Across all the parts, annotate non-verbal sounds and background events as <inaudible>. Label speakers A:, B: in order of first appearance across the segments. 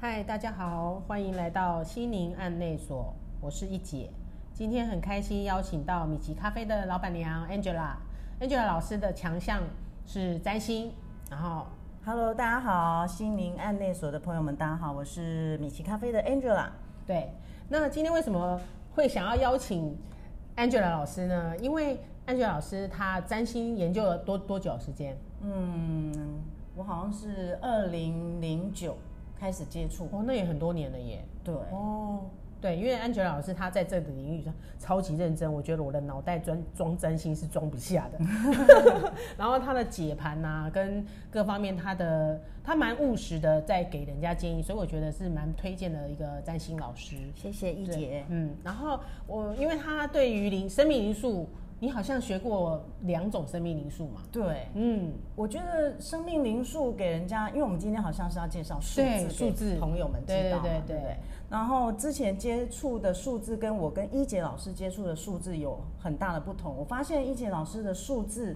A: 嗨，大家好，欢迎来到心灵案内所，我是一姐。今天很开心邀请到米奇咖啡的老板娘 Angela。Angela 老师的强项是占星，然后
B: Hello，大家好，心灵案内所的朋友们，大家好，我是米奇咖啡的 Angela。
A: 对，那今天为什么会想要邀请 Angela 老师呢？因为 Angela 老师她占星研究了多多久时间？
B: 嗯，我好像是二零零九开始接触，
A: 哦，那也很多年了耶。
B: 对，
A: 哦，对，因为 Angela 老师她在这个领域上超级认真，我觉得我的脑袋装装占星是装不下
B: <laughs>
A: 的。 <laughs> 然后她的解盘呐、跟各方面她的她蛮务实的，在给人家建议，所以我觉得是蛮推荐的一个占星老师。
B: 谢谢一
A: 对
B: 姐。
A: 嗯，然后我因为她对于灵生命灵数，你好像学过两种生命灵数嘛？
B: 对，
A: 嗯，
B: 我觉得生命灵数给人家，因为我们今天好像是要介绍数
A: 对
B: 字，
A: 数字
B: 朋友们知
A: 对对
B: 道嘛，
A: 对
B: 对不
A: 对
B: 对？然后之前接触的数字跟我跟一姐老师接触的数字有很大的不同，我发现一姐老师的数字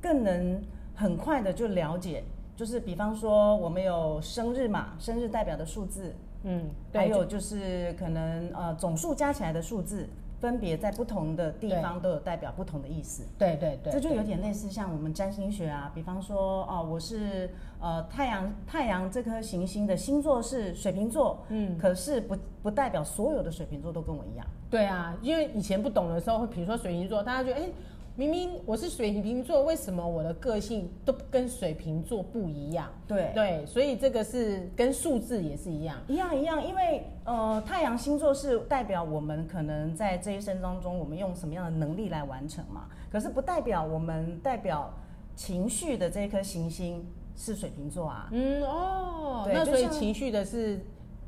B: 更能很快的就了解，就是比方说我们有生日嘛，生日代表的数字，
A: 嗯，
B: 还
A: 对，
B: 有就是可能呃总数加起来的数字，分别在不同的地
A: 对
B: 方都有代表不同的意思。
A: 对对对，
B: 这就有点类似像我们占星学啊，比方说哦，我是呃太阳太阳这颗行星的星座是水瓶座，嗯，可是不不代表所有的水瓶座都跟我一样，
A: 对啊，因为以前不懂的时候，比如说水瓶座，大家觉得哎、诶明明我是水瓶座，为什么我的个性都跟水瓶座不一样？
B: 对，
A: 对，所以这个是跟数字也是一样。
B: 一样一样，因为呃太阳星座是代表我们可能在这一生当中我们用什么样的能力来完成嘛，可是不代表我们代表情绪的这颗行星是水瓶座啊，
A: 嗯哦，
B: 对
A: 那所
B: 就
A: 以
B: 像
A: 情绪的是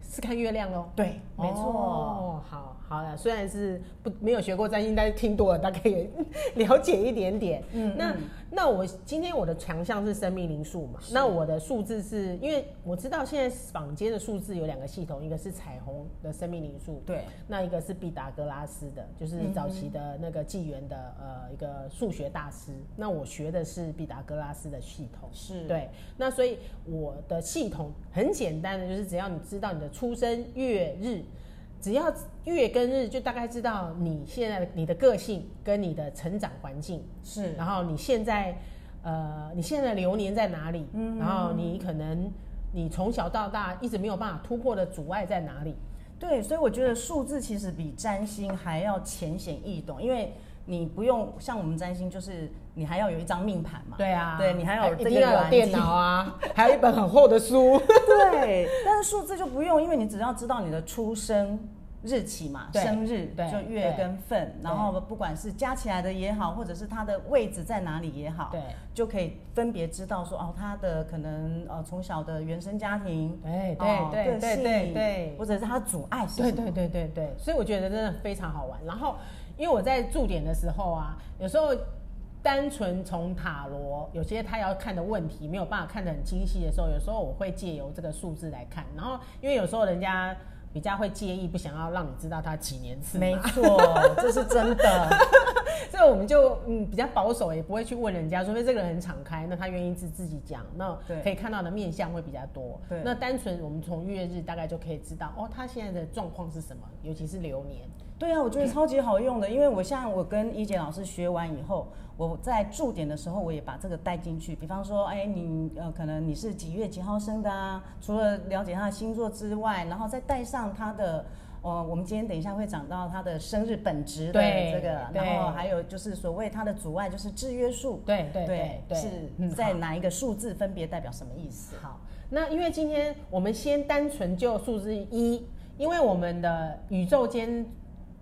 A: 是看月亮喽。
B: 对，没错。
A: 哦，好好了，虽然是不没有学过占星，但是听多了，大概也 <laughs> 了解一点点。嗯，那那我今天我的强项是生命灵数嘛，那我的数字是因为我知道现在坊间的数字有两个系统，一个是彩虹的生命灵数，
B: 对，嗯
A: 那一个是毕达哥拉斯的，就是早期的那个纪元的呃一个数学大师。那我学的是毕达哥拉斯的系统。
B: 是，
A: 对，那所以我的系统很简单的，就是只要你知道你的出生月日，只要月跟日就大概知道你现在的你的个性跟你的成长环境，
B: 是，
A: 然后你现在呃你现在的流年在哪里，然后你可能你从小到大一直没有办法突破的阻碍在哪里，
B: 对，所以我觉得数字其实比占星还要浅显易懂，因为你不用像我们占星，就是你还要有一张命盘嘛。
A: 对啊，
B: 对你还有
A: 一
B: 这
A: 定
B: 个
A: 要有
B: 软体
A: 电脑啊， <laughs> 还有一本很厚的书，
B: 对，但是数字就不用，因为你只要知道你的出生日期嘛，
A: 对
B: 生日
A: 对
B: 就月
A: 对
B: 跟份，
A: 对
B: 然后不管是加起来的也好，或者是它的位置在哪里也好，
A: <laughs> 对，
B: 就可以分别知道说哦，他的可能呃从小的原生家庭，
A: 对
B: 哦
A: 对对
B: 个
A: 对对
B: 性
A: 对
B: 或者是他的阻碍是
A: 对
B: 什么？
A: 对对对对，所以我觉得真的非常好玩。然后，因为我在驻点的时候啊，有时候单纯从塔罗，有些他要看的问题没有办法看得很清晰的时候，有时候我会借由这个数字来看。然后，因为有时候人家比较会介意，不想要让你知道他几年次，
B: 没错，这是真的。
A: <laughs> 所以我们就嗯比较保守，也不会去问人家，除非这个人很敞开，那他愿意自自己讲，那
B: 对
A: 可以看到的面相会比较多。
B: 对
A: 那单纯我们从月日大概就可以知道哦，他现在的状况是什么，尤其是流年。
B: 对啊，我觉得超级好用的，因为我像我跟一姐老师学完以后，我在驻点的时候，我也把这个带进去。比方说，哎，你呃，可能你是几月几号生的啊？除了了解他的星座之外，然后再带上他的。呃，我们今天等一下会讲到他的生日本质的
A: 对
B: 这个，
A: 对
B: 然后还有就是所谓他的阻碍，就是制约数，
A: 对对对对，
B: 是
A: 嗯
B: 在哪一个数字分别代表什么意思？
A: 好。那因为今天我们先单纯就数字一，因为我们的宇宙间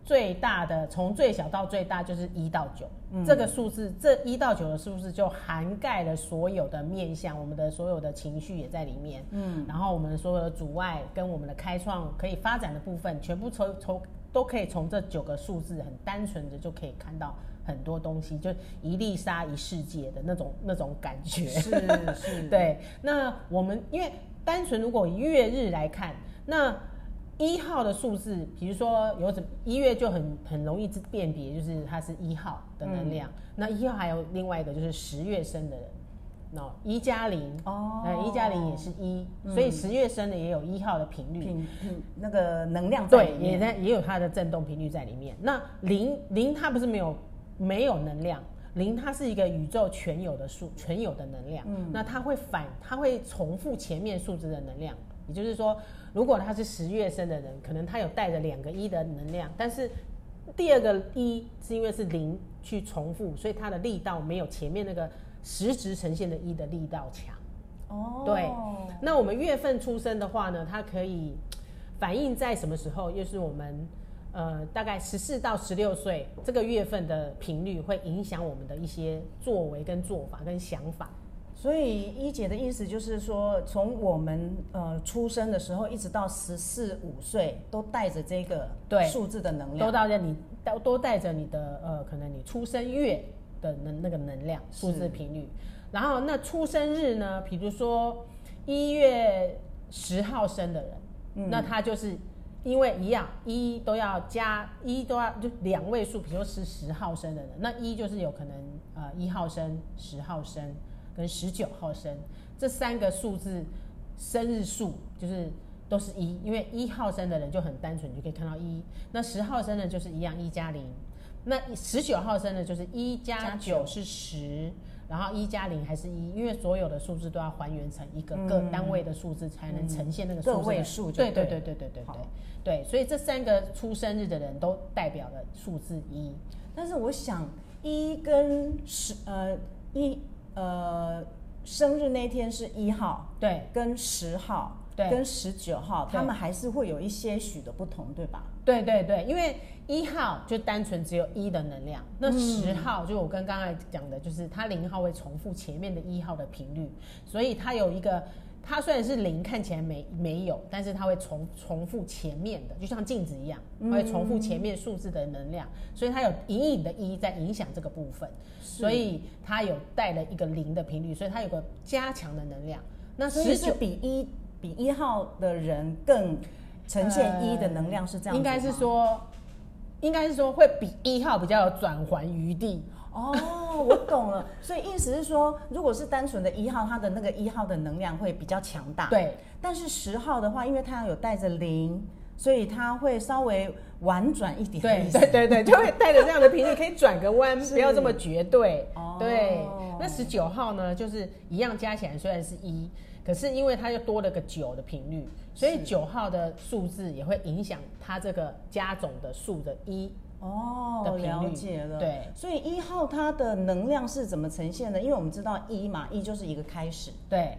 A: 最大的从最小到最大就是一到九、
B: 嗯
A: 这个数字，这一到九的数字就涵盖了所有的面向，我们的所有的情绪也在里面，嗯，然后我们所有的阻碍跟我们的开创可以发展的部分，全部从从都可以从这九个数字很单纯的就可以看到很多东西，就一粒沙一世界的那种那种感觉，
B: 是是，
A: <laughs> 对，那我们因为单纯如果以月日来看，那一号的数字，比如说有怎一月就很很容易知辨别，就是它是一号的能量。那一号还有另外一个就是十月生的人，哦，一加零，
B: 哦嗯
A: 呃，一加零也是一、所以十月生的也有一号的频率，
B: 品品那个能量在
A: 嗯对
B: 里，
A: 也
B: 面，
A: 在也有它的振动频率在里面。那零零它不是没有没有能量，零它是一个宇宙全有的数，全有的能量。
B: 嗯
A: 那它会反，它会重复前面数值的能量。也就是说，如果他是十月生的人，可能他有带着两个一的能量，但是第二个一是因为是零去重复，所以它的力道没有前面那个实质呈现的一的力道强。
B: 哦，
A: 对那我们月份出生的话呢，它可以反映在什么时候？就是我们呃大概十四到十六岁这个月份的频率，会影响我们的一些作为、跟做法、跟想法。
B: 所以一姐的意思就是说，从我们呃出生的时候一直到十四五岁，都带着这个
A: 对
B: 数字的能
A: 都
B: 量。
A: 带着你，都都带着你的呃，可能你出生月的能那个能量
B: 是
A: 数字频率。然后那出生日呢，比如说一月十号生的人，
B: 嗯
A: 那他就是因为一样一都要加一都要就两位数，比如说是十号生的人，那一就是有可能呃一号生、十号生跟十九号生这三个数字生日数就是都是一，因为一号生的人就很单纯，你就可以看到一。那十号生的就是一样，一加零。那十九号生的就是一加
B: 加
A: 九
B: 九
A: 是十，然后一加零还是一，因为所有的数字都要还原成一个各
B: 嗯
A: 单位的数字，才能呈现那个
B: 各
A: 数字的
B: 位数就
A: 对对对
B: 对
A: 对对对
B: 好
A: 对对，所以这三个出生日的人都代表了数字一。
B: 但是我想，一跟十呃一呃生日那天是一号，
A: 对
B: 跟十号，
A: 对
B: 跟十九号，
A: 对
B: 他们还是会有一些许的不同，对吧？
A: 对对对，因为一号就单纯只有一的能量，那十号就我跟刚才讲的，就是它零号会重复前面的一号的频率，所以它有一个，它虽然是零，看起来没没有，但是它会重重复前面的，就像镜子一样，它会重复前面数字的能量，所以它有隐隐的一在影响这个部分，所以它有带了一个零的频率，所以它有个加强的能量。那
B: 所
A: 十
B: 以
A: 九
B: 是比一比一号的人更呈现一的能量是这样子吗，
A: 呃应该是说，应该是说会比一号比较有转圜余地。
B: 哦，我懂了。所以意思是说，如果是单纯的一号，它的那个一号的能量会比较强大。。
A: 对
B: 但是十号的话，因为它有带着零，所以它会稍微婉转一点的
A: 对
B: 意思。
A: 对对对，就会带着这样的频率，可以转个
B: <laughs>
A: 弯，
B: 是
A: 不要这么绝对。
B: 哦
A: 对，那十九号呢，就是一样加起来虽然是一，可是因为它又多了个九的频率，所以
B: 是
A: 九号的数字也会影响它这个加总的数的一。的
B: 哦，
A: 频率
B: 了解了。
A: 对，
B: 所以一号它的能量是怎么呈现的？因为我们知道一嘛，一就是一个开始。
A: 对，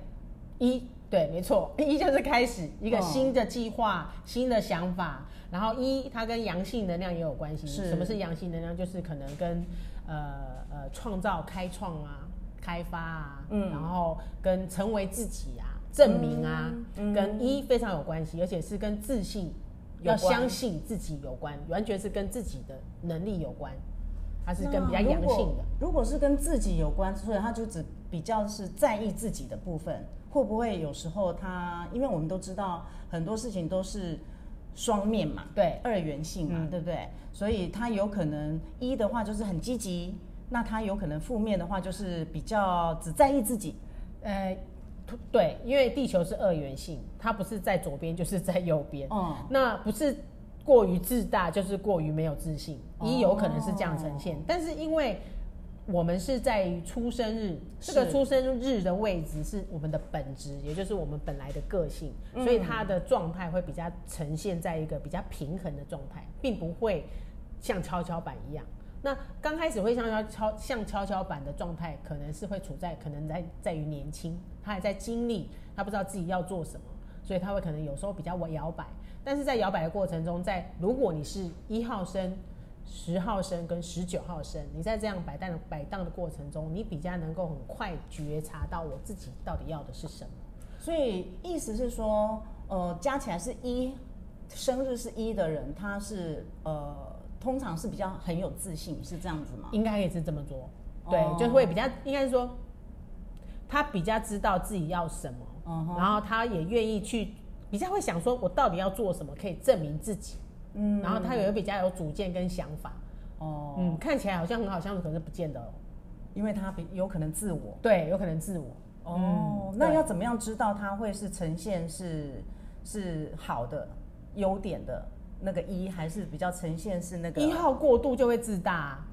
A: 一对，没错，一就是开始一个
B: 哦
A: 新的计划、新的想法。然后一，它跟阳性能量也有关系。
B: 是
A: 什么是阳性能量？就是可能跟呃呃创造、开创啊、开发啊，
B: 嗯
A: 然后跟成为自己啊、证明啊，
B: 嗯嗯
A: 跟一非常有关系，而且是跟自信。
B: 有
A: 要
B: 关
A: 相信自己有关，完全是跟自己的能力有关，它是跟比较阳
B: 那如
A: 性
B: 果
A: 的。
B: 如果是跟自己有关，所以他就只比较是在意自己的部分，会不会有时候他，因为我们都知道很多事情都是双面嘛，
A: 对
B: 二元性嘛，
A: 嗯
B: 对不对？所以他有可能一的话就是很积极，那他有可能负面的话就是比较只在意自己。
A: 呃，突对，因为地球是二元性，它不是在左边就是在右边。
B: 嗯，
A: 那不是过于自大，就是过于没有自信，
B: 哦
A: 也有可能是这样呈现。但是因为我们是在于出生日，这个
B: 是
A: 出生日的位置是我们的本质，也就是我们本来的个性，
B: 嗯
A: 所以它的状态会比较呈现在一个比较平衡的状态，并不会像跷跷板一样。那刚开始会像跷跷像跷跷板的状态，可能是会处在可能在在于年轻，他还在经历，他不知道自己要做什么，所以他会可能有时候比较摇摆。但是在摇摆的过程中，在如果你是一号生、十号生跟十九号生，你在这样摆荡的摆荡的过程中，你比较能够很快觉察到我自己到底要的是什么。
B: 所以意思是说，呃，加起来是一，生日是一的人，他是呃，通常是比较很有自信，是这样子吗？
A: 应该也是这么做，对，
B: 哦
A: 就会比较应该是说，他比较知道自己要什么，
B: 嗯哼
A: 然后他也愿意去比较会想说，我到底要做什么可以证明自己，
B: 嗯
A: 然后他也会比较有主见跟想法，
B: 哦，
A: 嗯，看起来好像很好相处，可是不见得哦、
B: 因为他比有可能自我，
A: 对，有可能自我，
B: 哦，那要怎么样知道它会是呈现是是好的优点的那个一，还是比较呈现是那个
A: 一号过度就会自大啊、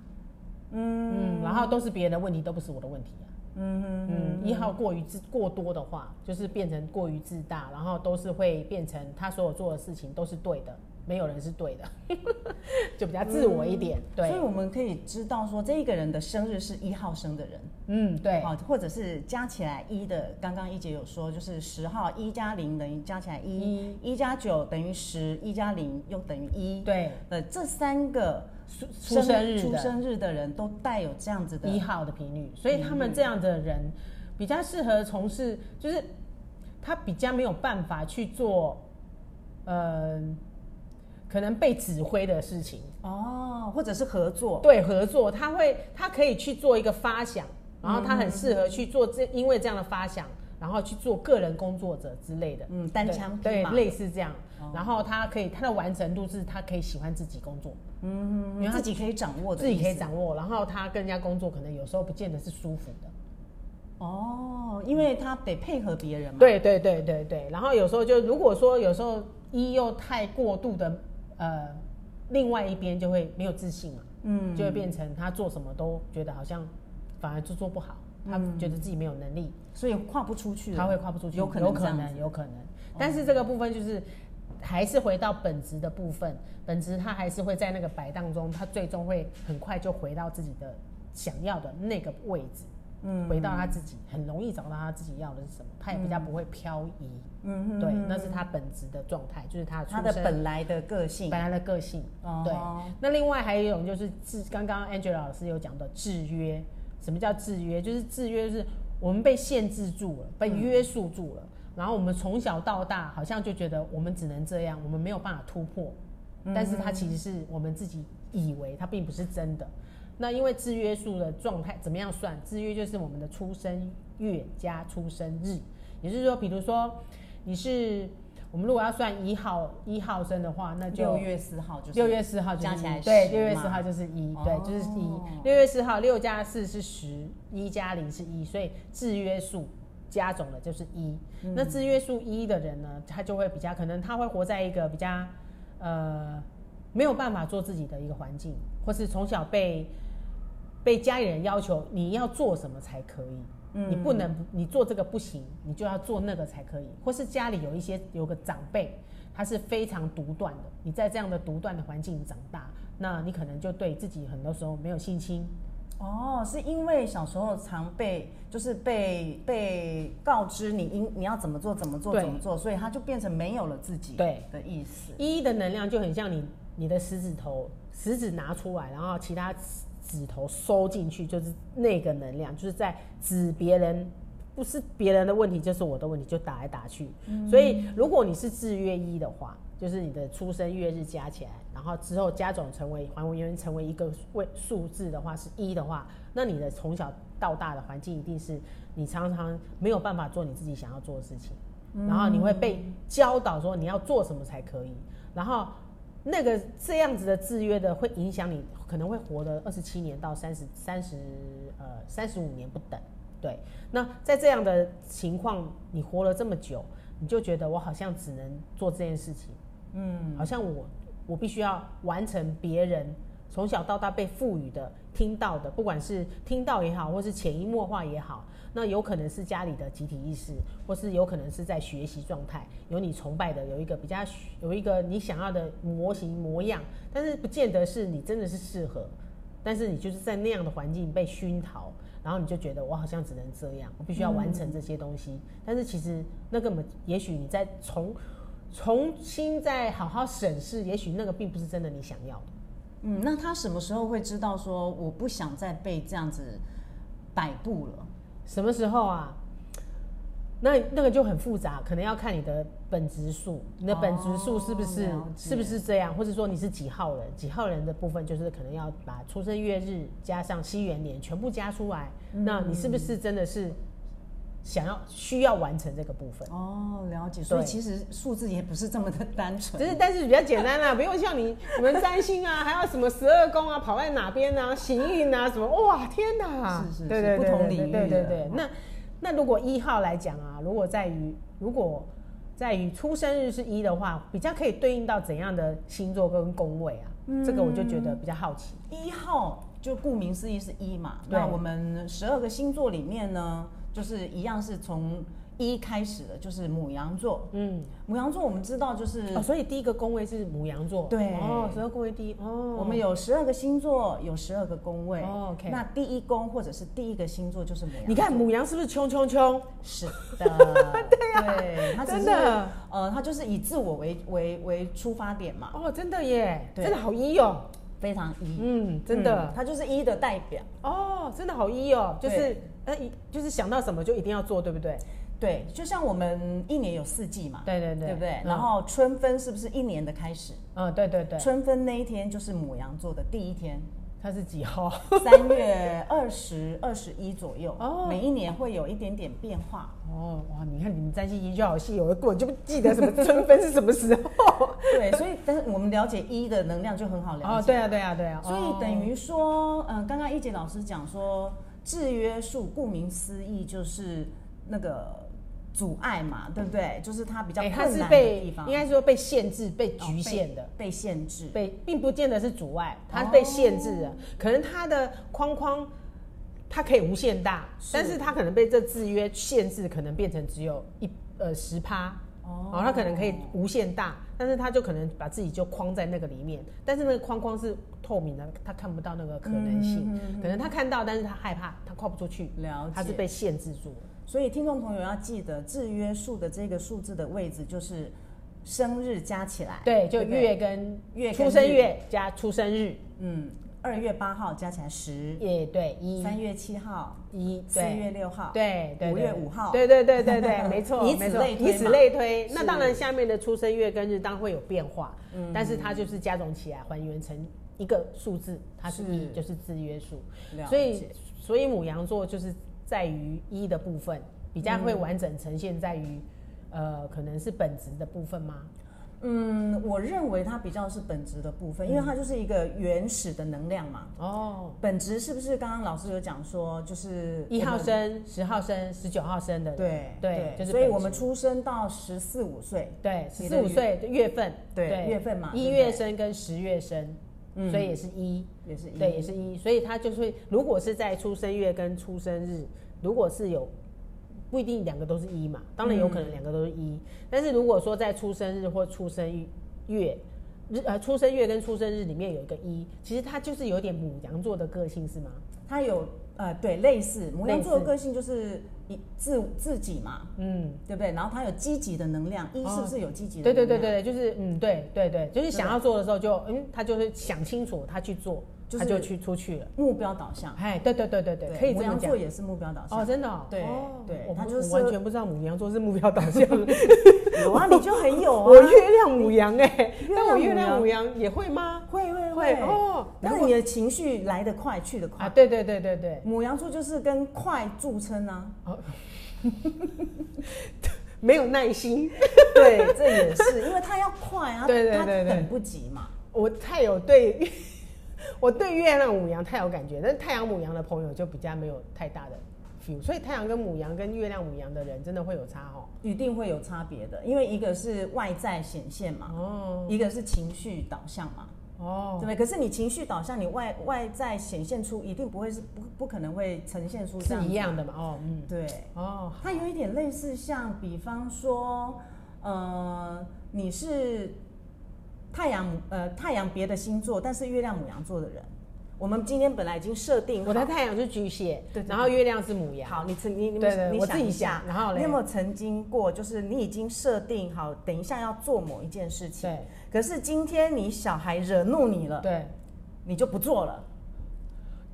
B: 嗯
A: 嗯，然后都是别人的问题，都不是我的问题啊。
B: 嗯哼
A: 嗯，一号过于自过多的话，就是变成过于自大，然后都是会变成他所有做的事情都是对的，没有人是对的， <laughs> 就比较自我一点。
B: 所以
A: 对，
B: 我们可以知道说这一个人的生日是一号生的人，
A: 嗯，对，
B: 好，或者是加起来一的，刚刚一姐有说，就是十号一加零等于加起来一，一加九等于十，一加零又等于一，
A: 对，
B: 呃，这三个
A: 出出生日
B: 出
A: 的
B: 生日的人都带有这样子的嗯
A: 一号的频率，所以他们这样的人比较适合从事，就是他比较没有办法去做，呃，可能被指挥的事情。
B: 哦，或者是合作，
A: 对合作，他会他可以去做一个发想，然后他很适合去做这，因为这样的发想，然后去做个人工作者之类的，
B: 嗯，单枪匹
A: 对
B: 马，
A: 对类似这样
B: 哦。
A: 然后他可以他的完成度是他可以喜欢自己工作，因为
B: 嗯，
A: 他
B: 自己可以掌握的，
A: 自己可以。掌握，然后他跟人家工作可能有时候不见得是舒服的。
B: 哦，因为他得配合别人嘛，，
A: 对对对对对，然后有时候就如果说有时候一又太过度的呃，另外一边就会没有自信嘛，
B: 嗯，
A: 就会变成他做什么都觉得好像反而就做不好，他觉得自己没有能力，
B: 所以跨不出去了，
A: 他会跨不出去，
B: 嗯有可能
A: 有
B: 这
A: 可
B: 样哦
A: 能，有可能。但是这个部分就是还是回到本质的部分，本质他还是会在那个摆荡中，他最终会很快就回到自己的想要的那个位置，
B: 嗯
A: 回到他自己，很容易找到他自己要的是什么，他也比较不会漂移。
B: 嗯哼，
A: 对，那是他本质的状态，就是他
B: 他
A: 出
B: 的
A: 生
B: 本来的个性
A: 本，来的个性。
B: 哦
A: 对，那另外还有一种就是制，刚刚 Angela 老师有讲的制约。什么叫制约？就是制约，就是我们被限制住了，被约束住了。然后我们从小到大好像就觉得我们只能这样，我们没有办法突破。但是它其实是我们自己以为，它并不是真的。那因为制约数的状态怎么样算？制约就是我们的出生月加出生日，也就是说，比如说你是我们如果要算一号一号生的话，那就
B: 六月四号就是
A: 六月四号就是
B: 加起来
A: 一对，
B: 10
A: 六月四
B: 嘛
A: 号就是一、
B: 哦
A: 对，就是一。六月四号，六加四是十，一加零是一，所以制约数加总了就是一、
B: 嗯
A: 那制约数一的人呢，他就会比较可能他会活在一个比较呃没有办法做自己的一个环境，或是从小被被家里人要求你要做什么才可以。
B: 嗯
A: 你不能不，你做这个不行，你就要做那个才可以。或是家里有一些有个长辈，他是非常独断的，你在这样的独断的环境长大，那你可能就对自己很多时候没有信心。
B: 哦，是因为小时候常被就是被被告知你应你要怎么做怎么做
A: 对
B: 怎么做，所以他就变成没有了自己
A: 对
B: 的意思。
A: 一的能量就很像你你的食指头，食指拿出来，然后其他指头收进去，就是那个能量，就是在指别人。不是别人的问题，就是我的问题，就打来打去。所以，如果你是制约一的话，就是你的出生月日加起来，然后之后加总成为还原成为一个位数字的话是一的话，那你的从小到大的环境一定是你常常没有办法做你自己想要做的事情。
B: 嗯
A: 然后你会被教导说你要做什么才可以，然后那个这样子的制约的会影响你，可能会活得二十七年到三十三十呃三十五年不等。对，那在这样的情况，你活了这么久，你就觉得我好像只能做这件事情，嗯，好像我我必须要完成别人从小到大被赋予的、听到的，不管是听到也好，或是潜移默化也好，那有可能是家里的集体意识，或是有可能是在学习状态，有你崇拜的，有一个比较有一个你想要的模型模样，但是不见得是你真的是适合，但是你就是在那样的环境被熏陶，然后你就觉得我好像只能这样，我必须要完成这些东西，但是其实那根本也许你在从重新再好好审视，也许那个并不是真的你想要的。
B: 嗯，那他什么时候会知道说我不想再被这样子摆布了？
A: 什么时候啊？那那个就很复杂，可能要看你的本职数，你的本职数是不是、
B: 哦了解
A: 是不是这样，或者说你是几号人？几号人的部分就是可能要把出生月日加上西元年全部加出来，那你是不
B: 嗯
A: 是真的是想要需要完成这个部分？
B: 哦，了解。所以
A: 对
B: 其实数字也不是这么的单纯
A: 只。是但是比较简单啦，不 <laughs> 用像你你们占星啊， <laughs> 还有什么十二宫啊，跑在哪边啊，行运啊，什么哇，天哪，
B: 是是是
A: 对对对
B: 不同领域
A: 对对对
B: 的
A: 对。那那如果一号来讲啊，如果在于如果在于出生日是一的话，比较可以对应到怎样的星座跟宫位啊？这个我就觉得比较好奇。
B: 一号就顾名思义是一嘛，
A: 对
B: 那我们十二个星座里面呢，就是一样是从一开始的，就是母羊座。
A: 嗯，
B: 母羊座我们知道就是
A: 哦，所以第一个宫位是母羊座，
B: 对
A: 哦，十二宫位第一，哦，
B: 我们有十二个星座，有十二个宫位。
A: 哦，OK
B: 那第一宫或者是第一个星座就是母羊。
A: 你看母羊是不是冲冲冲？<laughs>
B: 是的，对呀、它只
A: 真
B: 是
A: 的
B: 呃，它就是以自我为为为出发点嘛，
A: 哦，真的耶，
B: 对
A: 真的好一哦，
B: 非常一，
A: 嗯，真的
B: 嗯，它就是一的代表。
A: 哦，真的好一哦，就是
B: 对
A: 呃，一就是想到什么就一定要做，对不对？
B: 对，就像我们一年有四季嘛，
A: 对对对
B: 对不对？
A: 嗯
B: 然后春分是不是一年的开始？
A: 嗯，对对对，
B: 春分那一天就是母羊座的第一
A: <laughs>
B: 天，
A: 它是几号？
B: 三月二十二十一左右，
A: 哦
B: 每一年会有一点点变化。
A: 哦，哇，你看你们占星研究好细哦，我根本就不记得什么春分是什么时候。
B: 对，所以但是我们了解一的能量就很好了
A: <laughs>
B: 解。
A: 哦，对啊，对啊，对啊，
B: 所以等于说，嗯、刚刚一姐老师讲说，制约束顾名思义就是那个阻碍嘛，对不对？就是它比较
A: 哎
B: 困
A: 它
B: 难
A: 是
B: 的
A: 被
B: 地方，
A: 应该说被限制、被
B: 哦
A: 局限的。
B: 被被限制。
A: 被哦并不见得是阻碍，它被限制了。可能它的框框，它可以无限大，
B: 是
A: 但是它可能被这制约限制，可能变成只有一呃十趴。
B: 哦
A: 哦，它可能可以无限大，但是它就可能把自己就框在那个里面，但是那个框框是透明的，它看不到那个可能性，
B: 嗯
A: 可能它看到，但是它害怕，它跨不出去，
B: 了解，
A: 它是被限制住了。
B: 所以听众朋友要记得，制约数的这个数字的位置就是生日加起来，
A: 对，就
B: 不对
A: 月跟
B: 月跟
A: 出生
B: 日
A: 月加出生日，
B: 嗯，二月八号加起来十，
A: 也对一
B: 嗯三月七号，
A: 一
B: 四
A: 对。
B: 月六号，
A: 对对，
B: 五
A: 对
B: 月五号
A: 对对对对
B: <laughs>
A: 对，没错，
B: 以此
A: 没错
B: 类推
A: 以此
B: 嘛
A: 类推。那
B: 是嗯
A: 当然，下面的出生月跟日当然会有变化，但是它就是加总起来还原成一个数字，它是
B: 是
A: 一，就是制约数。
B: 了
A: 所以
B: 解，
A: 所以母羊座就是在于一的部分比较会完整呈现在于，呃，可能是本质的部分吗？
B: 嗯，我认为它比较是本质的部分，
A: 嗯
B: 因为它就是一个原始的能量嘛。
A: 哦，
B: 本质是不是刚刚老师有讲说，就是
A: 一号
B: 我们
A: 生、十号生、十九号生的人，
B: 对
A: 对，就是
B: 所以
A: 本
B: 我们
A: 质
B: 出生到十四五岁，
A: 对十
B: 你
A: 四
B: 的
A: 五岁的月份，
B: 对月份嘛
A: 一
B: 对不
A: 月
B: 对
A: 生跟十月生，
B: 嗯
A: 所以也是一，
B: 也是一
A: 对，也是一，所以他就是会如果是在出生月跟出生日，如果是有不一定两个都是一嘛，当然有可能两个都是一，但是如果说在出生日或出生月。日呃，出生月跟出生日里面有一个一，其实它就是有点母羊座的个性，是吗？
B: 它有呃对类似母羊座
A: 类似
B: 的个性就是一自自己嘛，
A: 嗯，
B: 对不对？然后它有积极的能量，一
A: 哦
B: 是不是有积极
A: 对
B: 的能
A: 对
B: 量？
A: 对对，就是嗯，对对对，就是想要做的时候就嗯，他就是想清楚，他去做，
B: 就是
A: 他就去出去了。
B: 目标导向，
A: 哎，对对对对对，可以
B: 母
A: 这么
B: 羊
A: 讲
B: 座。也是目标导
A: <laughs> 哦，
B: 向。
A: 真的哦、
B: 对
A: 哦
B: 对
A: 我
B: 它
A: 不
B: 就是
A: 我完全不知道母羊座是目标导向，
B: 有啊，你就很有
A: 我
B: 啊，
A: 月亮母羊哎、
B: 月亮
A: 但我月
B: 母
A: 亮
B: 羊
A: 母羊也会吗？
B: 会会
A: 会
B: 会
A: 哦
B: 但是你的情绪来得快，去得快
A: 啊，。对对对对对，
B: 母羊座就是跟快著称啊，
A: <laughs> 没有耐心，
B: 对，这也是因为他要快啊，
A: 对对
B: 他
A: 对对
B: 等不及嘛。
A: 我太有对， <laughs> 我对月亮母羊太有感觉，但是太阳母羊的朋友就比较没有太大的 feel，所以太阳跟母羊跟月亮母羊的人真的会有差哦。
B: 一定会有差别的，因为一个是外在显现嘛，
A: 哦
B: 一个是情绪导向嘛，对
A: 哦
B: 不，对？可是你情绪导向，你外外在显现出一定不会是不不可能会呈现出这
A: 是
B: 样
A: 一样的嘛？哦，嗯，
B: 对，
A: 哦，
B: 它有一点类似像，比方说，呃，你是太阳呃太阳别的星座，但是月亮母羊座的人，我们今天本来已经设定
A: 我
B: 好
A: 的太阳是巨蟹，
B: 对对对
A: 然后月亮是母羊，
B: 好，你曾你你
A: 对对
B: 你
A: 我自己
B: 一
A: 想然后嘞
B: 你有没有曾经过，就是你已经设定好，等一下要做某一件事情，
A: 对
B: 可是今天你小孩惹怒你了，
A: 对
B: 你就不做
A: <laughs>
B: 了，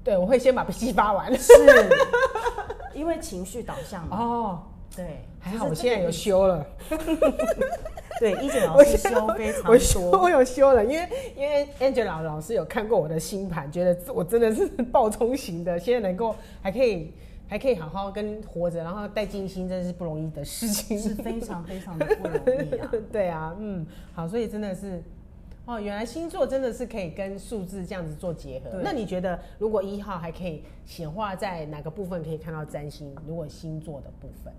A: 对，我会先把戏发完。
B: 是，因为情绪导向嘛，
A: 哦，
B: 对，
A: 还
B: 就是
A: 好我
B: 这
A: 现在
B: 个
A: 有修了，
B: 对一
A: <laughs>
B: 姐老
A: 我
B: 师
A: 现在
B: 修非常
A: 我修
B: 多，
A: <laughs> 我有修了，因为因为 Angela 老师有看过我的星盘，觉得我真的是 <laughs> 暴冲型的，现在能够还可以还可以好好跟活着，然后带静心，真是不容易的事情。 <laughs>
B: 是非常非常的不容易啊。
A: 对啊，嗯，好，所以真的是哦，原来星座真的是可以跟数字这样子做结合
B: 对。
A: 那你觉得，如果一号还可以显化在哪个部分可以看到占星？如果星座的部分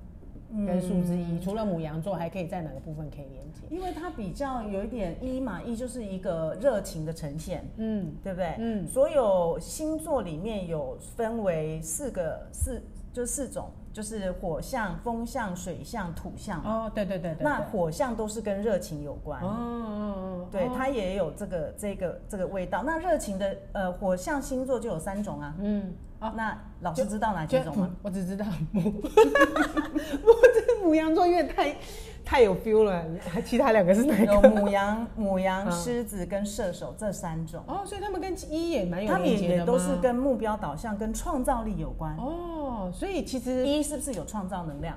A: 跟数字一，除了母羊座，还可以在哪个部分可以连接？
B: 因为它比较有一点一嘛，一就是一个热情的呈现，
A: 嗯，
B: 对不对？
A: 嗯
B: 所有星座里面有分为四个四，就四种，就是火象、风象、水象、土象。
A: 哦，对对对对，
B: 那
A: 对
B: 火象都是跟热情有关。
A: 哦哦，哦
B: 对，
A: 哦
B: 它也有这个这个这个味道。那热情的呃火象星座就有三种啊。
A: 嗯，哦
B: 那老师知道哪几种吗？？
A: 嗯我只知道 <laughs> 母，母这母羊座因为太太有 feel 了，其他两个是哪一
B: <laughs> 有
A: 个？<laughs>
B: 母羊、母羊、
A: 嗯
B: 狮子跟射手这三种，
A: 哦，所以他们跟一也蛮有
B: 他们
A: 连接的
B: 也
A: 吗
B: 都是跟目标导向、跟创造力有关。
A: 哦，所以其实
B: 一是不是有创造能量、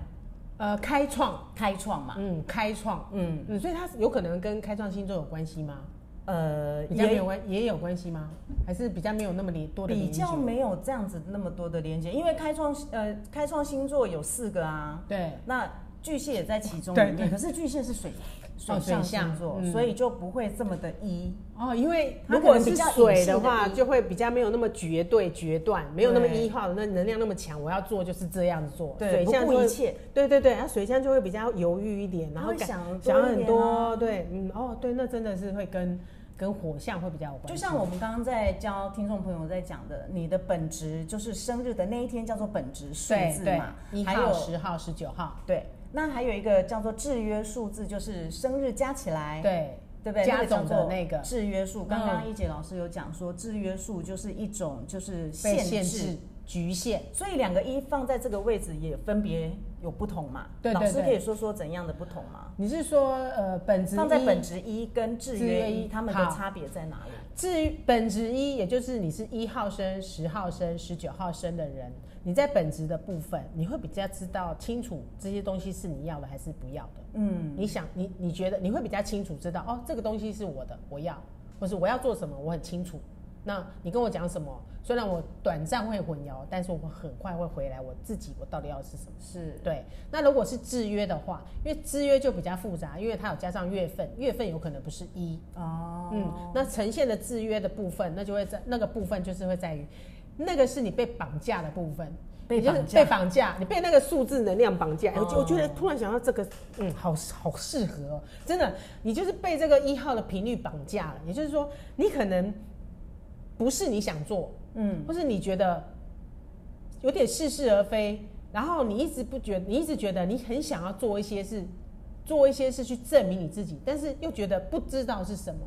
A: 呃开创，
B: 开创嘛？
A: 嗯，开创，
B: 嗯，
A: 嗯，所以它有可能跟开创星座有关系吗？
B: 呃，
A: 比较没有
B: 也
A: 关也有关系吗？还是比较没有那么连多的
B: 比
A: 连接
B: 较没有这样子那么多的连接，因为开创呃开创星座有四个啊，
A: 对
B: 那巨蟹也在其中
A: 对
B: 里面，可是巨蟹是水水
A: 哦水
B: 象
A: 象
B: 星座，
A: 嗯
B: 所以就不会这么的一。
A: 哦，因为
B: 它
A: 如
B: 可能
A: 果是
B: 比较隐
A: 水
B: 性
A: 的
B: 的
A: 话，
B: 一
A: 就会比较没有那么绝对决断，没有那么
B: 对
A: 一号，那能量那么强，我要做就是这样做。
B: 对
A: 水
B: 不
A: 象
B: 顾
A: 就会
B: 一切，
A: 对对对，它水象就会比较犹豫一点，然后
B: 它会
A: 感
B: 想多
A: 想
B: 一
A: 很
B: 点
A: 多，
B: 啊
A: 对，嗯，哦，对，那真的是会跟跟火象会比较有关系。
B: 就像我们刚刚在教听众朋友在讲的，你的本质就是生日的那一天叫做本质数
A: 对
B: 字
A: 对
B: 嘛，，
A: 一
B: 还
A: 号、
B: 有
A: 十号、十九号，
B: 对，那还有一个叫做制约数字，就是生日加起来，
A: 对
B: 对不对？
A: 加
B: 那个叫
A: 总的
B: 做
A: 那个
B: 制约数。
A: 嗯
B: 刚刚一姐老师有讲说，制约数就是一种就是
A: 被
B: 限
A: 限
B: 制
A: 制。、局限。
B: 所以两个一放在这个位置也分别有不同嘛？
A: 对对
B: 老师
A: 对
B: 可以说说怎样的不同吗？
A: 你是说呃本质
B: 放在
A: 一
B: 本质一跟制
A: 制约
B: 约
A: 一
B: 一，他们的
A: 好
B: 差别在哪里？
A: 至于本质一，也就是你是一号生、十号生、十九号生的人，你在本质的部分，你会比较知道清楚这些东西是你要的还是不要的。
B: 嗯，
A: 你想，你你觉得你会比较清楚知道哦，这个东西是我的，我要，或是我要做什么，我很清楚。那你跟我讲什么？虽然我短暂会混淆，但是我很快会回来，我自己我到底要的是什么？
B: 是
A: 对，那如果是制约的话，因为制约就比较复杂，因为它有加上月份，月份有可能不是一，
B: 哦，
A: 嗯，那呈现的制约的部分，那就会在那个部分就是会在于，那个是你被绑架的部分，
B: 被
A: 你就是
B: 绑架
A: 被绑架，你被那个数字能量绑架。哎我、
B: 哦
A: 我觉得突然想到这个，嗯，好好适合哦，真的，你就是被这个一号的频率绑架了。也就是说，你可能不是你想做，
B: 嗯，
A: 或是你觉得有点似是而非，然后你一直不觉你一直觉得你很想要做一些事，做一些事去证明你自己，但是又觉得不知道是什么，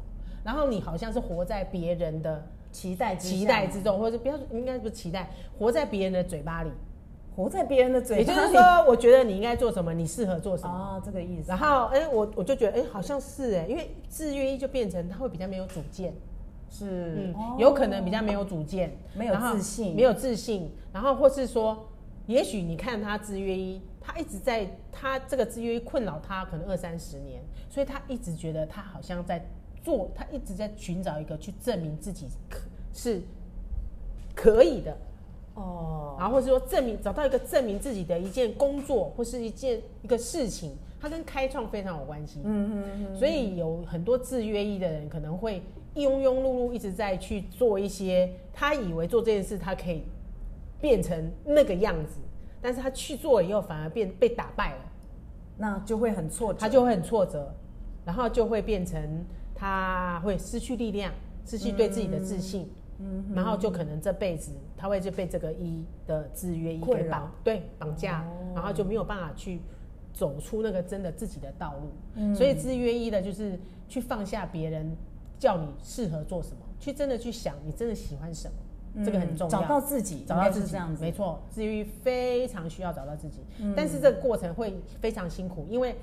A: 然后你好像是活在别人的
B: 期待之下
A: 期待之中，或者不要说应该不是期待，活在别人的嘴巴里。
B: 活在别人的嘴
A: 也
B: 巴
A: 就 <laughs>
B: 里，
A: 是说，我觉得你应该做什么，你适合做什么。
B: 啊、这个意思。
A: 然后，哎、我我就觉得，哎、好像是哎、因为制约一就变成他会比较没有主见，
B: 是
A: 嗯，有可能比较没有主见，
B: 哦没有
A: 然后
B: 自信
A: 没有自信，然后或是说，也许你看他制约一，他一直在他这个制约一困扰他可能二三十年，所以他一直觉得他好像在做，他一直在寻找一个去证明自己可是可以的，
B: 哦，
A: 然后或是说证明找到一个证明自己的一件工作或是一件一个事情，它跟开创非常有关系。
B: 嗯嗯
A: 所以有很多制约一的人可能会庸庸碌碌，一直在去做一些他以为做这件事他可以变成那个样子，但是他去做了以后反而变被打败了，
B: 那就会很挫折。
A: 他就会很挫折，然后就会变成他会失去力量，失去对自己的自信，
B: 嗯
A: 然后就可能这辈子他会就被这个一的制约一给
B: 困扰
A: 绑对绑架，
B: 嗯哦
A: 然后就没有办法去走出那个真的自己的道路。
B: 嗯
A: 所以制约一的就是去放下别人叫你适合做什么，去真的去想你真的喜欢什么，这个很重要。
B: 嗯找到自己，
A: 找到自
B: 应该是
A: 己，
B: 这样子嗯
A: 没。错。至于非常需要找到自己，但是这个过程会非常辛苦，因为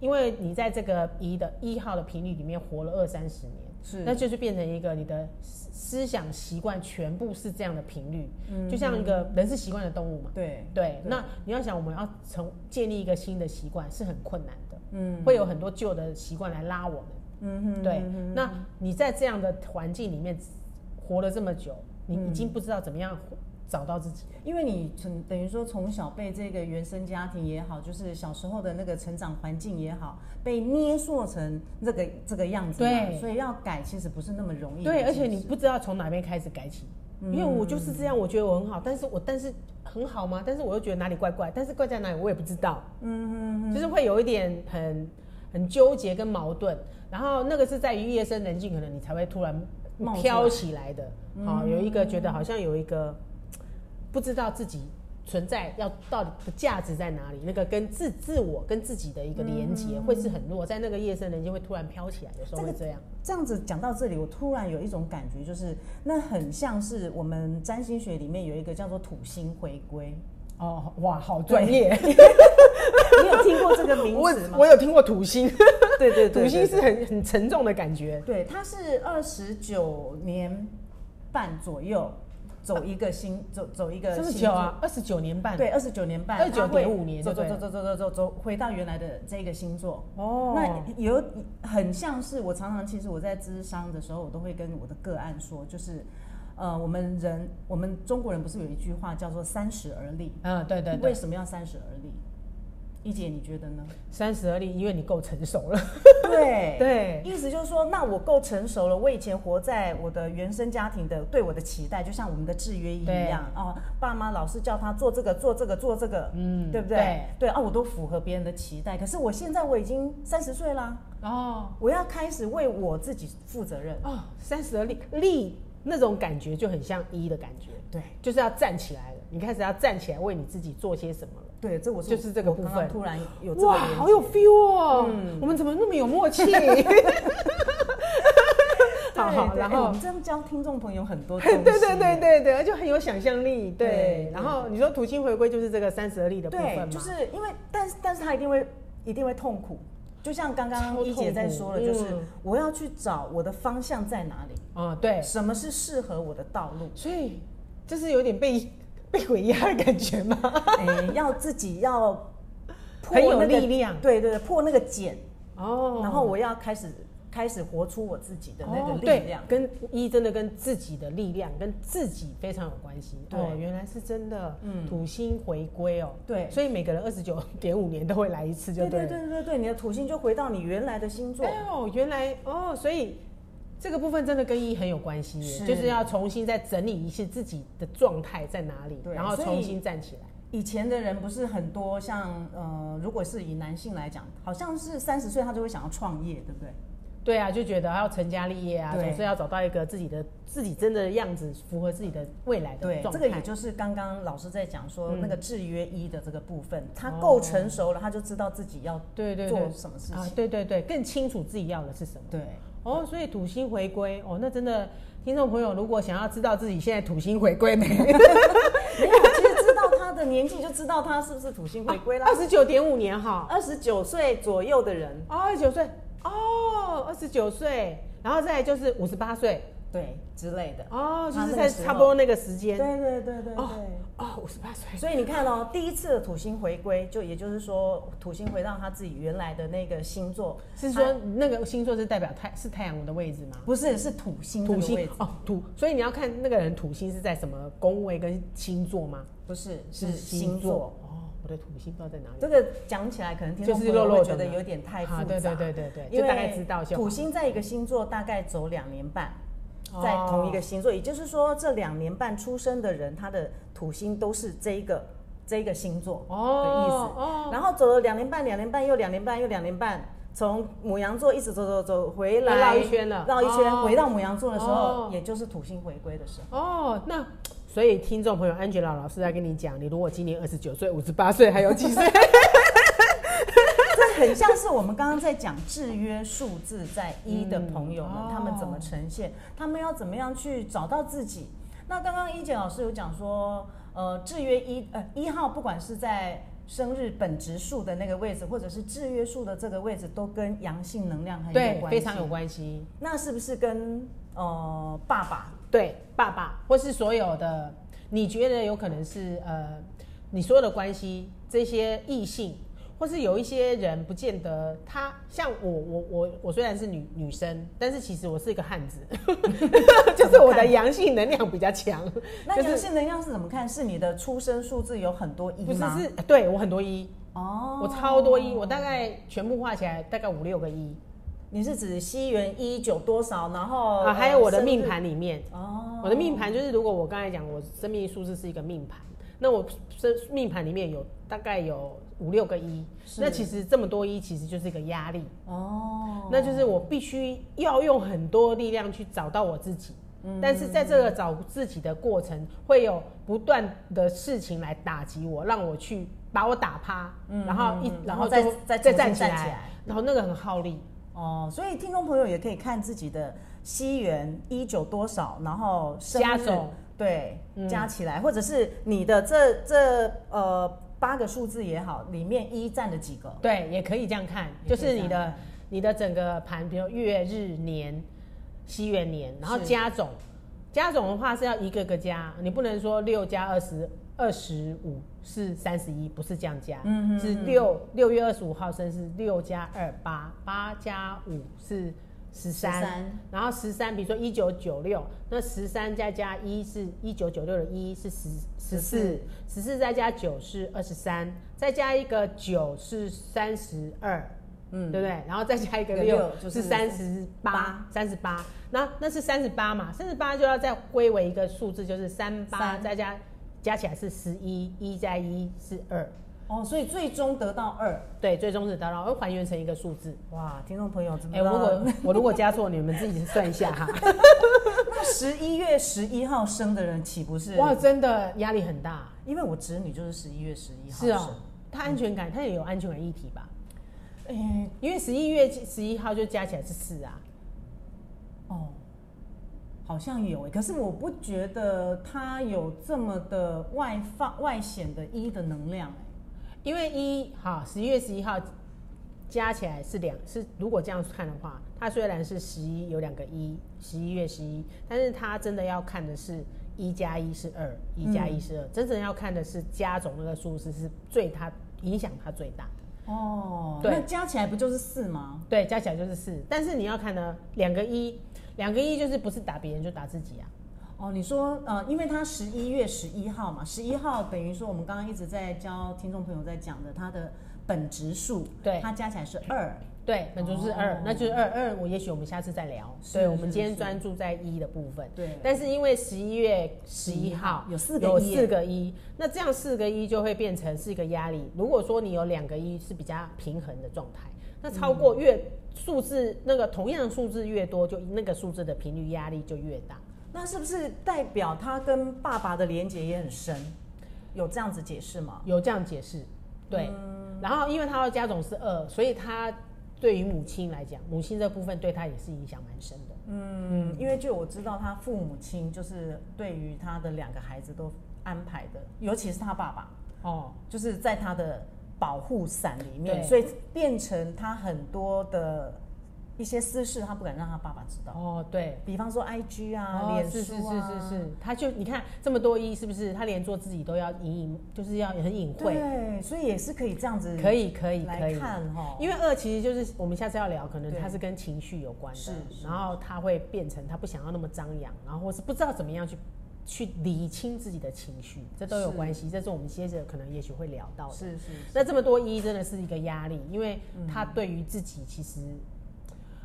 A: 因为你在这个一的一号的频率里面活了二三十年，
B: 是
A: 那就是变成一个你的思思想习惯全部是这样的频率，就像一个人是习惯的动物嘛。
B: 嗯对，
A: 对，那你要想，我们要从建立一个新的习惯是很困难的，
B: 嗯
A: 会有很多旧的习惯来拉我们。
B: 嗯哼，
A: 对
B: 嗯，
A: 那
B: 嗯
A: 你在这样的环境里面活了这么久，你已经不知道怎么样活找到自己。
B: 因为你从等于说从小被这个原生家庭也好，就是小时候的那个成长环境也好，被捏塑成这个这个样子嘛，
A: 对
B: 所以要改其实不是那嗯么容易的一
A: 对，
B: 件
A: 而
B: 事。
A: 且你不知道从哪边开始改起，因为我就是这样，我觉得我很好，但是我但是很好吗？但是我又觉得哪里怪怪，但是怪在哪里我也不知道，嗯嗯，就是会有一点很很纠结跟矛盾，然后那个是在于夜深人静，可能你才会突然
B: 冒出来
A: 飘起来的，
B: 嗯
A: 好、有一个觉得好像有一个不知道自己。存在要到底的价值在哪里？那个跟自自我跟自己的一个连接会是很弱，在那个夜深人静会突然飘起来，有时候
B: 嗯这
A: 会
B: 个
A: 这样。
B: 这样子讲到这里，我突然有一种感觉，就是那很像是我们占星学里面有一个叫做土星回归，
A: 哦，哇，好专业！
B: 你有听过这个
A: <laughs>
B: 名
A: 我
B: 词吗？
A: 我有听过土星，
B: 对对
A: <laughs>
B: 对，
A: 土星
B: 对
A: 是很很沉重的感觉。
B: 对，它是二十九年半左右走一个星，走走一个
A: 这么
B: 星
A: 久
B: 座
A: 啊，二十九年半。
B: 对，，二十九年半，
A: 29.5
B: 它会
A: 年
B: 走
A: 就
B: 走
A: 对
B: 走
A: 了
B: 走走走走走，回到原来的这个星座。
A: 哦，
B: 那有很像是我常常，其实我在咨商的时候，我都会跟我的个案说，就是，呃，我们人，我们中国人不是有一句话叫做“三十而立
A: 嗯，对”，对
B: 为
A: 对，
B: 什么要三十而立？一姐，你觉得
A: <laughs>
B: 呢？
A: 三十而立，因为你够成熟了。
B: 对
A: 对，
B: 意思就是说，那我够成熟了。我以前活在我的原生家庭的对我的期待，就像我们的制约一样啊、爸妈老是叫他做这个做这个做这个，
A: 嗯
B: 对不对？
A: 对
B: 啊，我都符合别人的期待。可是我现在我已经三十岁啦，
A: 哦
B: 我要开始为我自己负责任。
A: 哦，三十而立，立那种感觉就很像一的感觉，
B: 对
A: 就是要站起来了，你开始要站起来为你自己做些什么了。
B: 对，这我是
A: 就是这个部分
B: 我刚刚突然有这个
A: 哇，
B: 连
A: 好
B: 接
A: 有 feel 哦！我们怎么那么有默 <laughs> 契？好
B: 对
A: 好，
B: 对
A: 然
B: 哎我
A: 后
B: 们这样教听众朋友很
A: <laughs>
B: 多东西 <laughs>
A: 对
B: 耶。
A: 对对对对，而且很有想象力。对，
B: 对
A: 然后你说土星回归就是这个三十而立的部分嘛，
B: 对，就是因为，但是但是他一定会一定会痛苦，就像刚
A: 超
B: 刚一
A: 痛
B: 姐
A: 苦
B: 在说了，就是
A: 嗯
B: 我要去找我的方向在哪里，
A: 嗯，对，，
B: 什么是适合我的道路
A: 所以就是有点被 <laughs> 被鬼压的感觉吗？
B: <laughs> 哎，要自己要破
A: 很有
B: 那个
A: 力量
B: 对对对，破那个茧，
A: <laughs> 哦
B: 然后我要开始开始活出我自己的那个
A: 哦
B: 力量
A: 对，跟一真的跟自己的力量跟自己非常有关系。
B: 对
A: 哦，原来是真的，
B: 嗯
A: 土星回归哦，
B: 对
A: 所以每个人二十九点五年都会来一次，就对
B: 对对
A: 了。
B: 对对对，你的土星就回到你原来的星座，
A: 哎呦，原来哦，所以这个部分真的跟一很有关系耶，
B: 是
A: 就是要重新再整理一些自己的状态在哪里，
B: 对
A: 然后
B: 所以
A: 重新站起来。
B: 以前的人不是很多像呃，如果是以男性来讲，好像是三十岁他就会想要创业，对不对？
A: 对啊，就觉得要成家立业啊，
B: 对
A: 总是要找到一个自己的自己真的样子，符合自己的未来的
B: 对，
A: 状
B: 这
A: 态。嗯
B: 个也就是刚刚老师在讲说那个制约一的这个部分，他
A: 哦
B: 够成熟了，他就知道自己要
A: 对对
B: 做
A: 对
B: 什么事
A: 啊
B: 情。，
A: 对对对，更清楚自己要的是什么。
B: 对，
A: 哦，所以土星回归哦，那真的听众朋友如果想要知道自己现在土星回归
B: <laughs>
A: 没，
B: 没有，其实知道他的年纪就知道他是不是
A: <laughs>
B: 土星回归啦
A: 二。十九点五年哈，
B: 二十九岁左右的人，
A: 哦，二十九岁，哦，二十九岁，然后再来就是五十八岁，
B: 对之类的。
A: 哦，就
B: 啊
A: 是
B: 那
A: 在
B: 个时候
A: 差不多那个时
B: 对
A: 间，
B: 对对对
A: 哦
B: 对。
A: 哦，五十八岁，
B: 所以你看哦，第一次的土星回归，就也就是说土星回到他自己原来的那个星座，
A: 是
B: 它
A: 说那个星座是代表太是太阳的位置吗？
B: 不是是土星这
A: 土
B: 个位
A: 星
B: 置
A: 哦，土，所以你要看那个人土星是在什么宫位跟星座吗？
B: 不是是
A: 星
B: 嗯星座。
A: 哦，我的土星不知道在哪里
B: 这。个讲起来可能听众
A: 就
B: 朋
A: 是
B: 友
A: 肉肉
B: 会
A: 的
B: 觉得
A: 呢
B: 有点太复
A: 啊
B: 杂，
A: 对对对对对
B: 因为
A: 就大概知道就好
B: 土星在一个星座大概走两年半
A: 哦，
B: 在同一个星座，也就是说这两年半出生的人，他的土星都是这一个这一个星座的意思。
A: 哦哦
B: 然后走了两年半，两年半又两年半又两年半，从母羊座一直走走走回
A: 又
B: 来，
A: 绕一圈了
B: 绕一圈、
A: 哦
B: 回到母羊座的时候，
A: 哦
B: 也就是土星回归的时候。 <laughs>
A: 哦，那所以听众朋友，Angela 老师在跟你讲，你如果今年二十九岁、五十八岁，还有几
B: <laughs>
A: 岁？
B: 这很像是我们刚刚在讲制约数字在一的朋友们，
A: 嗯哦
B: 他们怎么呈现，他们要怎么样去找到自己。那刚刚一姐老师有讲说，呃，制约一呃一号，不管是在生日本质数的那个位置，或者是制约数的这个位置，都跟阳性能量很有
A: 对，
B: 关系，
A: 非常有。关系。
B: 那是不是跟呃爸爸
A: 对，爸爸或是所有的，你觉得有可能是呃，你所有的关系，这些异性或是有一些人不见得他像我，我我我虽然是女女生，但是其实我是一个汉子， <laughs> 就是我的阳性能量比较
B: <laughs>
A: 强。
B: 那
A: 就
B: 阳
A: 是
B: 性能量是怎么看？是你的出生数字有很多一
A: 不是
B: 吗？
A: 是对我很多一，
B: 哦，
A: 我超多一，我大概全部画起来大概五六个一
B: 你是指西元一九多少？然后
A: 啊，还有我的
B: 呃
A: 命
B: 生日
A: 盘里面，
B: 哦，
A: 我的命盘就是如果我刚才讲我生命数字是一个命盘，那我生命盘里面有大概有五六个一，
B: 是
A: 那其实这么多一其实就是一个压力。
B: 哦，
A: 那就是我必须要用很多力量去找到我自己。
B: 嗯
A: 但是在这个找自己的过程，会有不断的事情来打击我，让我去把我打趴，然后一
B: 嗯嗯
A: 然后
B: 然后再
A: 就
B: 再
A: 再
B: 重
A: 站
B: 新
A: 起
B: 站起
A: 来
B: 来，
A: 然后那个很耗力。
B: 哦，所以听众朋友也可以看自己的西元一九多少，然后生
A: 加
B: 日
A: 总
B: 对、
A: 嗯
B: 加起来，或者是你的这这呃八个数字也好，里面一占了几个？
A: 对，也可以这样看，
B: 也可
A: 就
B: 以
A: 是
B: 这
A: 你
B: 样
A: 的
B: 看
A: 你的整个盘，比如月、日、年、西元年，然后
B: 是
A: 加总，加总的话是要一个个加，你不能说六加二十二十五是三十一，不是这样加，
B: 嗯哼
A: 是六六月二十五号生是六加二八，八加五是十三。然后十三，比如说一九九六，那十三再加一是一九九六的一是十十四
B: 14，
A: 十四再加九是二十三，再加一个九是三十二，
B: 嗯
A: 对不对？然后再加一个
B: 一个
A: 六
B: 六
A: 就
B: 就是是
A: 三十八
B: 八，
A: 三十八，那那是三十八嘛，三十八就要再归为一个数字，就是三八
B: 三
A: 再加加起来是十一，一加一是二，
B: 哦，所以最终得到二。
A: 对，最终是达到，而还原成一个数字。
B: 哇，听众朋友怎么
A: 哎，我如 <laughs> 果我如果加错，你们自己算一下 <laughs> 哈。
B: <laughs> 那十一月十一号生的人岂不是？
A: 哇，真的压力很大。
B: 因为我侄女就是十一月十一号
A: 是
B: 生。
A: 哦，他安全感，他也有安全感议题吧？
B: 哎
A: 因为十一月十一号就加起来是四啊，
B: 哦，好像有诶，可是我不觉得他有这么的外放外显的一的能量诶。
A: 因为一好十一月十一号加起来是两是，如果这样看的话，它虽然是十一有两个一，十一月十一，但是它真的要看的是一加一是二，一加一
B: 嗯
A: 是二，真正要看的是加总那个数字是最它影响它最大的。
B: 哦
A: 对
B: 那加起来不就是四吗？
A: 对，加起来就是四，但是你要看呢，两个一，两个一就是不是打别人就打自己啊。
B: 哦，你说呃，因为他十一月十一号嘛，十一号等于说我们刚刚一直在教听众朋友在讲的，它的本值数，
A: 对
B: 它加起来是二。
A: 对，本竹是二、
B: 哦
A: 那就是二二。我也许我们下次再聊。
B: 是
A: 对，我们
B: 是
A: 今天
B: 是
A: 专注在一的部分。
B: 对
A: 但是因为十一月十一号
B: 有四
A: 有
B: 个一耶
A: 四个一，那这样四个一就会变成是一个压力。如果说你有两个一是比较平衡的状态，那超过
B: 嗯
A: 越数字那个同样的数字越多，就那个数字的频率压力就越大。
B: 那是不是代表他跟爸爸的连结也很深？有这样子解释吗？
A: 有这样解释，对。
B: 嗯
A: 然后因为他要加总是二，所以他对于母亲来讲，母亲这部分对他也是影响蛮深的。
B: 嗯，因为就我知道，他父母亲就是对于他的两个孩子都安排的，尤其是他爸爸，
A: 哦，
B: 就是在他的保护伞里面，
A: 对
B: 所以变成他很多的一些私事，他不敢让他爸爸知道。
A: 哦，对。
B: 比方说 IG 啊、
A: 哦
B: 脸、
A: 是是
B: 书
A: 是
B: 啊，
A: 是是，他就你看这么多一，是不是他连做自己都要隐隐，就是要很隐晦，
B: 对，所以也是可以这样子
A: 可以可以可
B: 来
A: 以。
B: 看哈。
A: 因为二其实就是我们下次要聊，可能
B: 对
A: 它是跟情绪有关的
B: 是，是
A: 然后他会变成他不想要那么张扬，然后或是不知道怎么样去去理清自己的情绪，这都有
B: 是
A: 关系。这是我们接着可能也许会聊到的。
B: 是是嗯
A: 那这么多一真的是一个压力，因为他对于自己其实，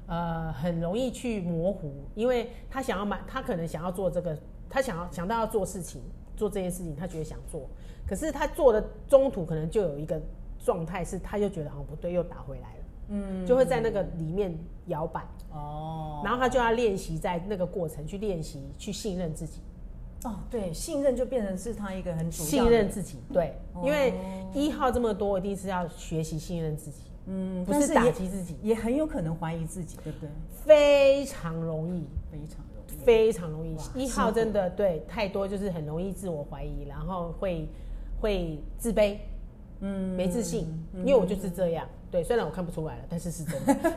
A: 呃，很容易去模糊，因为他想要买，他可能想要做这个，他想要想到要做事情，做这件事情，他觉得想做，可是他做的中途可能就有一个状态是，他又觉得好像不对，又打回来了，
B: 嗯
A: 就会在那个里面摇摆，
B: 哦
A: 然后他就要练习在那个过程去练习去信任自己。
B: 哦，对，信任就变成是他一个很主要的
A: 信任自己，对，
B: 哦
A: 因为一号这么多，一定是要学习信任自己，
B: 嗯，
A: 不
B: 但
A: 是
B: 是
A: 打
B: 也
A: 击自己，
B: 也很有可能怀疑自己，对不对？
A: 非常容易，
B: 非常容易。
A: 非常容易
B: 哇。
A: 一
B: 辛苦
A: 号真的对太多就是很容易自我怀疑，然后会会自卑，
B: 嗯，
A: 没自信，因为我就是这样。对，虽然我看不出来了，但是是真
B: <laughs>
A: 的。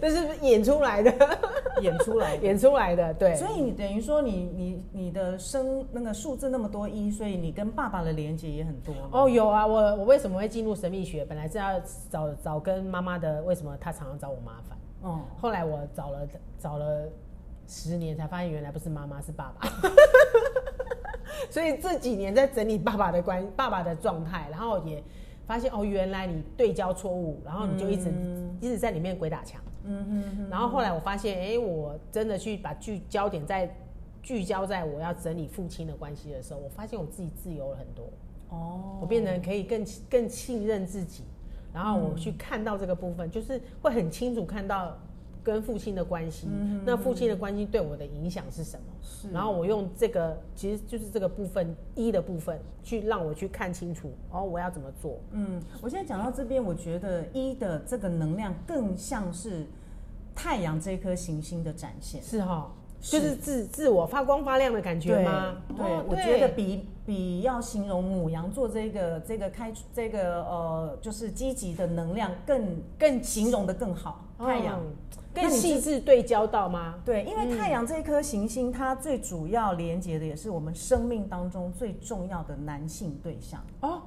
A: 这是演出来的，
B: 演出来
A: 演出来的，对。 <laughs>
B: 所以你等于说你你你的生那个数字那么多一，所以你跟爸爸的连接也很多。
A: 哦，有啊，我我为什么会进入神秘学？本来是要找找跟妈妈的，为什么她常常找我麻烦？
B: 哦，
A: 后来我找了找了十年，才发现原来不是妈妈是爸 <laughs> 爸。所以这几年在整理爸爸的关爸爸的状态，然后也发现哦，原来你对焦错误，然后你就一直、一直在里面鬼打墙。
B: 嗯哼哼，
A: 然后后来我发现，哎、我真的去把聚焦点在聚焦在我要整理父亲的关系的时候，我发现我自己自由了很多，
B: 哦，
A: 我变得可以更更信任自己，然后我去看到这个部分，就是会很清楚看到跟父亲的关系，那父亲的关系对我的影响嗯是什么。
B: 是，
A: 然后我用这个，其实就是这个部分一的部分，去让我去看清楚，哦，我要怎么做。
B: 嗯，我现在讲到这边，我觉得一的这个能量更像是太阳这颗行星的展现。
A: 是哈、
B: 是
A: 就是自自我发光发亮的感觉
B: 对
A: 吗？
B: 对，
A: 哦
B: 我觉得比比要形容母羊座这个这个开这个呃，就是积极的能量更更形容的更好。太阳、
A: 嗯
B: 那
A: 更
B: 你
A: 细致对焦到吗？
B: 对，因
A: 嗯
B: 为太阳这颗行星，它最主要连接的也是我们生命当中最重要的男性对象。
A: 哦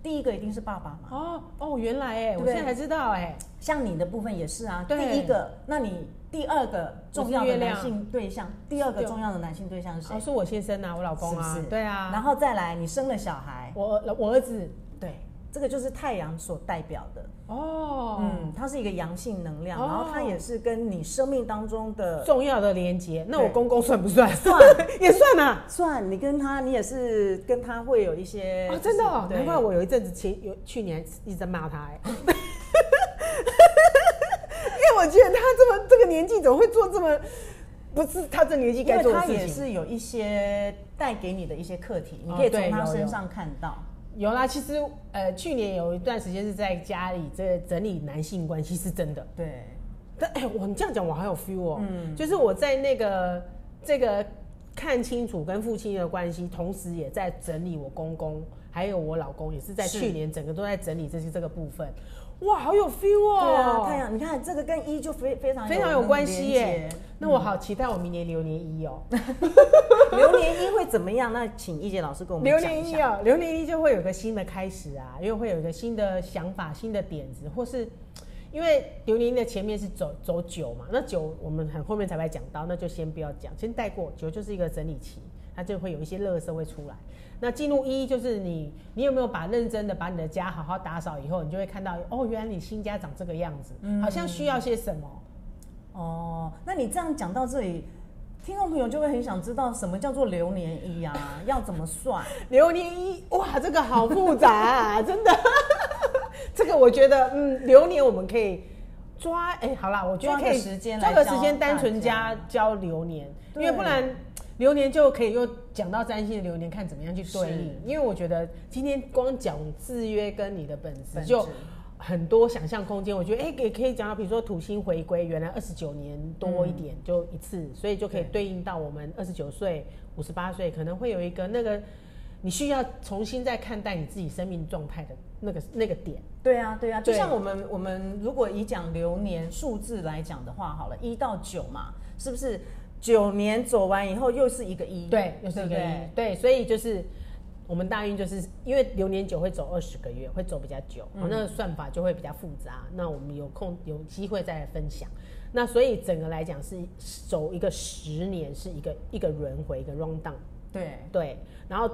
B: 第一个一定是爸爸嘛，
A: 哦哦，原来哎，
B: 对不
A: 我
B: 对
A: 现在才知道哎，
B: 像你的部分也是啊，第
A: 对
B: 一个，那你第二个重要
A: 我是
B: 的
A: 月亮
B: 男性对象，第二个重要的男性对象是谁
A: 哦，？是我先生啊，我老公啊
B: 是不，是
A: 对啊，
B: 然后再来，你生了小孩，
A: 我儿我儿子
B: 对，这个就是太阳所代表的，
A: 哦，
B: 嗯，它是一个阳性能量，
A: 哦
B: 然后它也是跟你生命当中的
A: 重要的连接，那我
B: 对
A: 公公算不算？
B: 算
A: <laughs> 也算啊。
B: 算，你跟他，你也是跟他会有一些
A: 哦，真的、哦，
B: 对
A: 难怪我有一阵子前有去年一直在骂他、 <laughs> 哎，因为我觉得他这么这个年纪怎么会做这么不是他这年纪
B: 因
A: 该
B: 为
A: 做的
B: 他
A: 事
B: 也
A: 情？
B: 是有一些带给你的一些课题，你可以
A: 哦对
B: 从他
A: 有有
B: 身上看到。
A: 有啦，其实呃，去年有一段时间是在家里这整理男性关系是真的，
B: 对，
A: 但哎、我你这样讲我好有 feel 哦、
B: 嗯
A: 就是我在那个这个看清楚跟父亲的关系，同时也在整理我公公，还有我老公，也是在
B: 是
A: 去年整个都在整理这些这个部分，哇，好有 feel 哦、
B: 对啊，太阳，你看这个跟一就非非常
A: 非常有
B: 那个
A: 关系耶
B: 连接。 <laughs> 嗯
A: 那我好期待我明年流年一哦，
B: 流年一会怎么样？那请易杰老师跟我们
A: 流
B: 讲
A: 年
B: 一
A: 一
B: 下。
A: 哦，流年一就会有个新的开始啊，因为会有一个新的想法、新的点子，或是因为流年一的前面是走走九嘛，那九我们很后面才会讲到，那就先不要讲，先带过。九就是一个整理期，它就会有一些乐色会出来。那进入一就是你，你有没有把认真的把你的家好好打扫以后，你就会看到哦，原来你新家长这个样子，
B: 嗯
A: 好像需要些什么。
B: 哦，那你这样讲到这里，听众朋友就会很想知道什么叫做流年一啊，要怎么算？
A: 流年一，哇，这个好复杂啊，真的。 <laughs> 这个我觉得，嗯，流年我们可以抓，哎、好啦，我觉得
B: 抓
A: 可
B: 个
A: 以
B: 时间
A: 抓
B: 来
A: 个
B: 教
A: 时间单
B: 大
A: 纯
B: 家
A: 加教流年，因为
B: 对
A: 不然流年就可以又讲到占星的流年，看怎么样去对
B: 是
A: 应。因为我觉得今天光讲制约跟你的本质
B: 本
A: <laughs>
B: 质
A: 就。很多想象空间，我觉得哎、也可以讲到，比如说土星回归，原来二十九年多一
B: 嗯
A: 点就一次，所以就可以对应到我们二十九岁、五十八岁，可能会有一个那个你需要重新再看待你自己生命状态的那个那个点。
B: 对啊，对啊，就
A: 对
B: 像我们我们如果以讲流年数字来讲的话，好了，一到九嘛，是不是九年走完以后又是一个一？
A: 对，又是一
B: 不
A: 个一
B: 对
A: 对，所以就是我们大运就是因为流年九会走二十个月，会走比较久，
B: 嗯
A: 哦那个算法就会比较复杂。那我们有空有机会再来分享。那所以整个来讲是走一个十年，是一个一个轮回，一个 round down，
B: 对，
A: 对，然后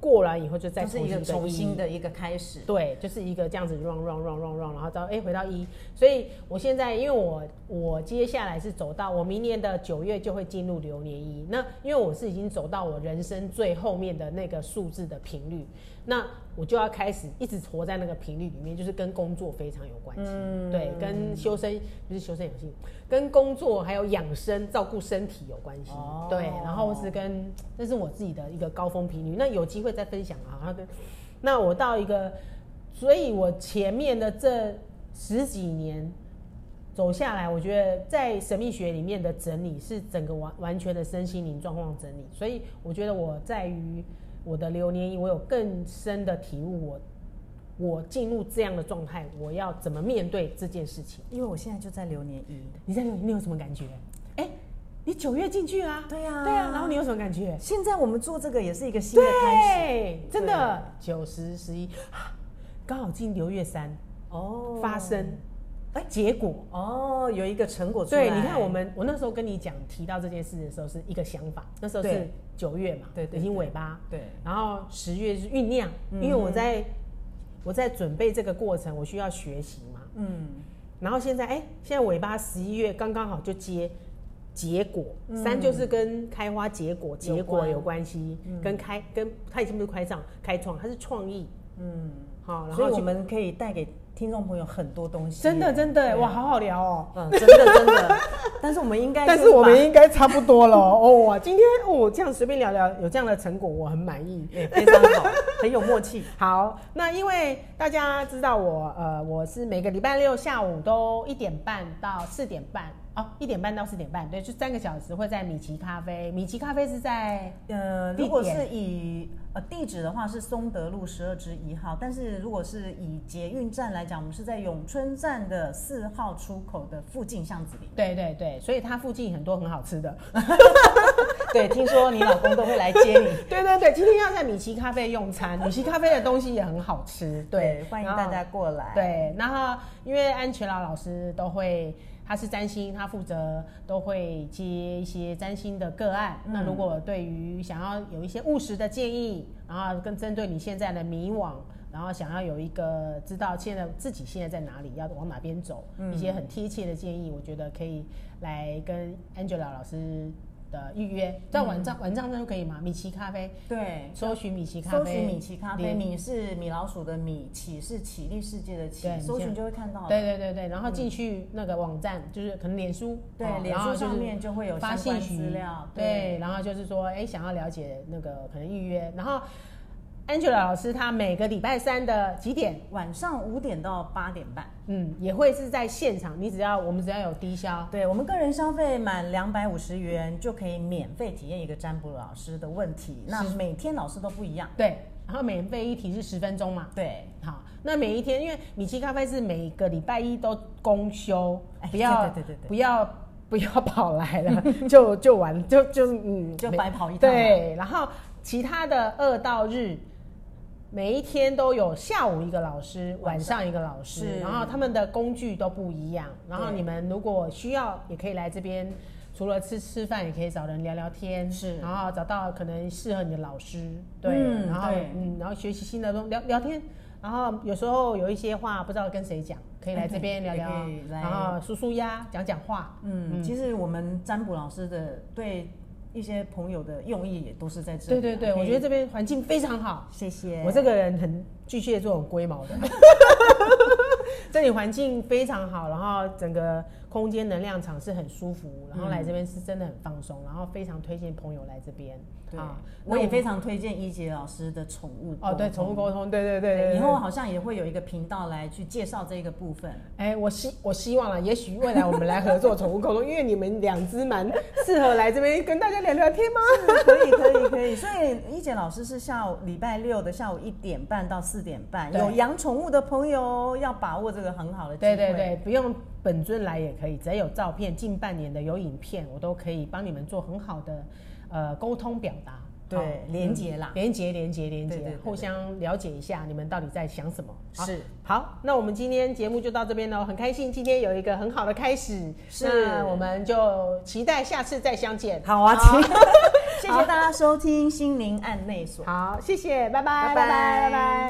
A: 过完以后就再
B: 就是一个重新
A: 的。
B: 的一个开始。
A: 对，就是一个这样子 run run run run run，然后到哎回到一，所以我现在因为我我接下来是走到我明年的九月就会进入流年一，那因为我是已经走到我人生最后面的那个数字的频率，那我就要开始一直活在那个频率里面，就是跟工作非常有关系，
B: 嗯
A: 对，跟修身不是修身养性，跟工作还有养生照顾身体有关系，
B: 哦
A: 对，然后是跟这是我自己的一个高峰频率，那有机会再分享啊，然后跟那我到一个，所以我前面的这十几年走下来，我觉得在神秘学里面的整理是整个完完全的身心灵状况整理，所以我觉得我在于我的流年，我有更深的体悟我。我进入这样的状态，我要怎么面对这件事情？
B: 因为我现在就在流年一，
A: 你在流年你有什么感觉？
B: 哎、
A: 你九月进去啊，
B: 对啊
A: 对啊，然后你有什么感觉？
B: 现在我们做这个也是一个新的开始
A: 对，真的九十十一，啊刚好进流月三
B: 哦
A: 发生，哎，结果
B: 哦，有一个成果出来。
A: 对，你看我们，我那时候跟你讲提到这件事的时候是一个想法，那时候是
B: 对
A: 九月嘛，
B: 对对嗯
A: 已经尾巴，
B: 对
A: 然后十月是酝酿，因为我在我在准备这个过程，我需要学习嘛，
B: 嗯
A: 然后现在哎，现在尾巴十一月刚刚好就接结果，三就是跟开花结果结果嗯有关嗯系，跟开跟它已经不是开创开创，它是创意，
B: 嗯，
A: 好，然
B: 所
A: 后
B: 以我
A: 就
B: 们可以带给听众朋友很多东西。
A: 真的真的哇，好好聊哦。
B: 嗯，真的真 <laughs> 的，但是我们应该就把，
A: 但是我们应该差不多了哦。 <laughs> 哇今天哦这样随便聊聊，有这样的成果，我很满意。
B: 对非常好，很有默契。
A: 好，那因为大家知道我，呃，我是每个礼拜六下午都一点半到四点半，哦，一点半到四点半，对，就三个小时会在米奇咖啡。米奇咖啡是在
B: <laughs> 呃，
A: 地
B: 如果
A: 点
B: 是以呃地址的话是松德路十二之一号，但是如果是以捷运站来讲，我们是在永春站的四号出口的附近巷子里。
A: 对对对，所以它附近很多很好吃的。
B: 对，听说你老公都会来接你。
A: <laughs> 对对对，今天要在米奇咖啡用餐，米奇咖啡的东西也很好吃。对，
B: 欢迎
A: 然后
B: 大家过来。，
A: 对，然后因为安全老老师都会，他是占星，他负责都会接一些占星的个案。那
B: 嗯
A: 如果对于想要有一些务实的建议，然后更针对你现在的迷惘。然后想要有一个知道现在自己现在在哪里，要往哪边走，
B: 嗯
A: 一些很贴切的建议，我觉得可以来跟 Angela 老师的预约，在晚
B: 嗯
A: 上、晚上那就可以吗？米奇咖啡，
B: 对
A: 搜寻米奇咖啡，
B: 搜寻米奇咖啡，
A: 连
B: 米是米老鼠的米，奇是绮丽世界的奇
A: 对，
B: 搜
A: 你
B: 寻
A: 先
B: 就会看到了。
A: 对对对对，然后进去那个网站，就是可能脸书，
B: 嗯对
A: 哦
B: 脸
A: 然
B: 书
A: 后就是
B: 上面就会有
A: 发
B: 相
A: 信
B: 关
A: 息
B: 资料
A: 对
B: 对，
A: 然后就是说，哎，想要了解那个可能预约，然后 Angela 老师她每个礼拜三的几点？
B: 晚上五点到八点半。
A: 嗯，也会是在现场，你只要我们只要有低消，
B: 对我们个人消费满两百五十元就可以免费体验一个占卜老师的问题。那
A: 是
B: 每天老师都不一样。
A: 对，然后免费一题是十分钟嘛。
B: 对，
A: 好，那每一天，因为米奇咖啡是每个礼拜一都公休
B: 哎，
A: 不要
B: 对对对对对
A: 不要不要跑来了，就就完就就嗯
B: 就
A: 没
B: 白跑一趟嘛
A: 对，然后其他的二到日。每一天都有下午一个老师，晚上一个老师，
B: 是
A: 然后他们的工具都不一样。然后
B: 对
A: 你们如果需要，也可以来这边，除了吃吃饭，也可以找人聊聊天，
B: 是
A: 然后找到可能适合你的老师，对，
B: 嗯
A: 然后
B: 对
A: 嗯，然后学习新的东聊聊天，然后有时候有一些话不知道跟谁讲，可以来这边聊聊
B: 哎也可以，来
A: 然后舒舒压，讲讲话。
B: 嗯，其实我们占卜老师的对一些朋友的用意也都是在这
A: 对对
B: 里啊。
A: 对，
B: 可以
A: 我觉得这边环境非常好。
B: 谢谢
A: 我这个人很巨蟹座，很龟
B: <laughs>
A: 毛的。这里环境非常好，然后整个空间能量场是很舒服，然后来
B: 嗯
A: 这边是真的很放松，然后非常推荐朋友来这边
B: 对
A: 啊。
B: 我
A: 那
B: 也非常推荐一杰老师的宠物
A: 哦，对，宠物沟通，对对对对
B: 对，
A: 对，
B: 哎以后好像也会有一个频道来去介绍这个部分。
A: 哎，我希我希望啊，也许未来我们来合作宠物沟通，因为你们两只蛮适合来这边跟大家聊聊天吗？
B: 可以可以可以，所以一姐老师是下午礼拜六的下午一点半到四点半，
A: 对
B: 有养宠物的朋友哦要把握这个很好的机
A: 对
B: 会。
A: 对对，不用本尊来也可以，只要有照片，近半年的有影片，我都可以帮你们做很好的呃沟通表达，
B: 对
A: 好
B: 连结啦
A: 连结连结连
B: 对对
A: 结
B: 对，
A: 互相了解一下你们到底在想什么。好
B: 是
A: 好，那我们今天节目就到这边喽，很开心今天有一个很好的开始，
B: 是
A: 那我们就期待下次再相见。
B: 好啊，
A: 好
B: 请谢谢大家收听《心灵案内所》。
A: 好，谢谢，拜
B: 拜
A: 拜，拜
B: 拜
A: 拜。拜拜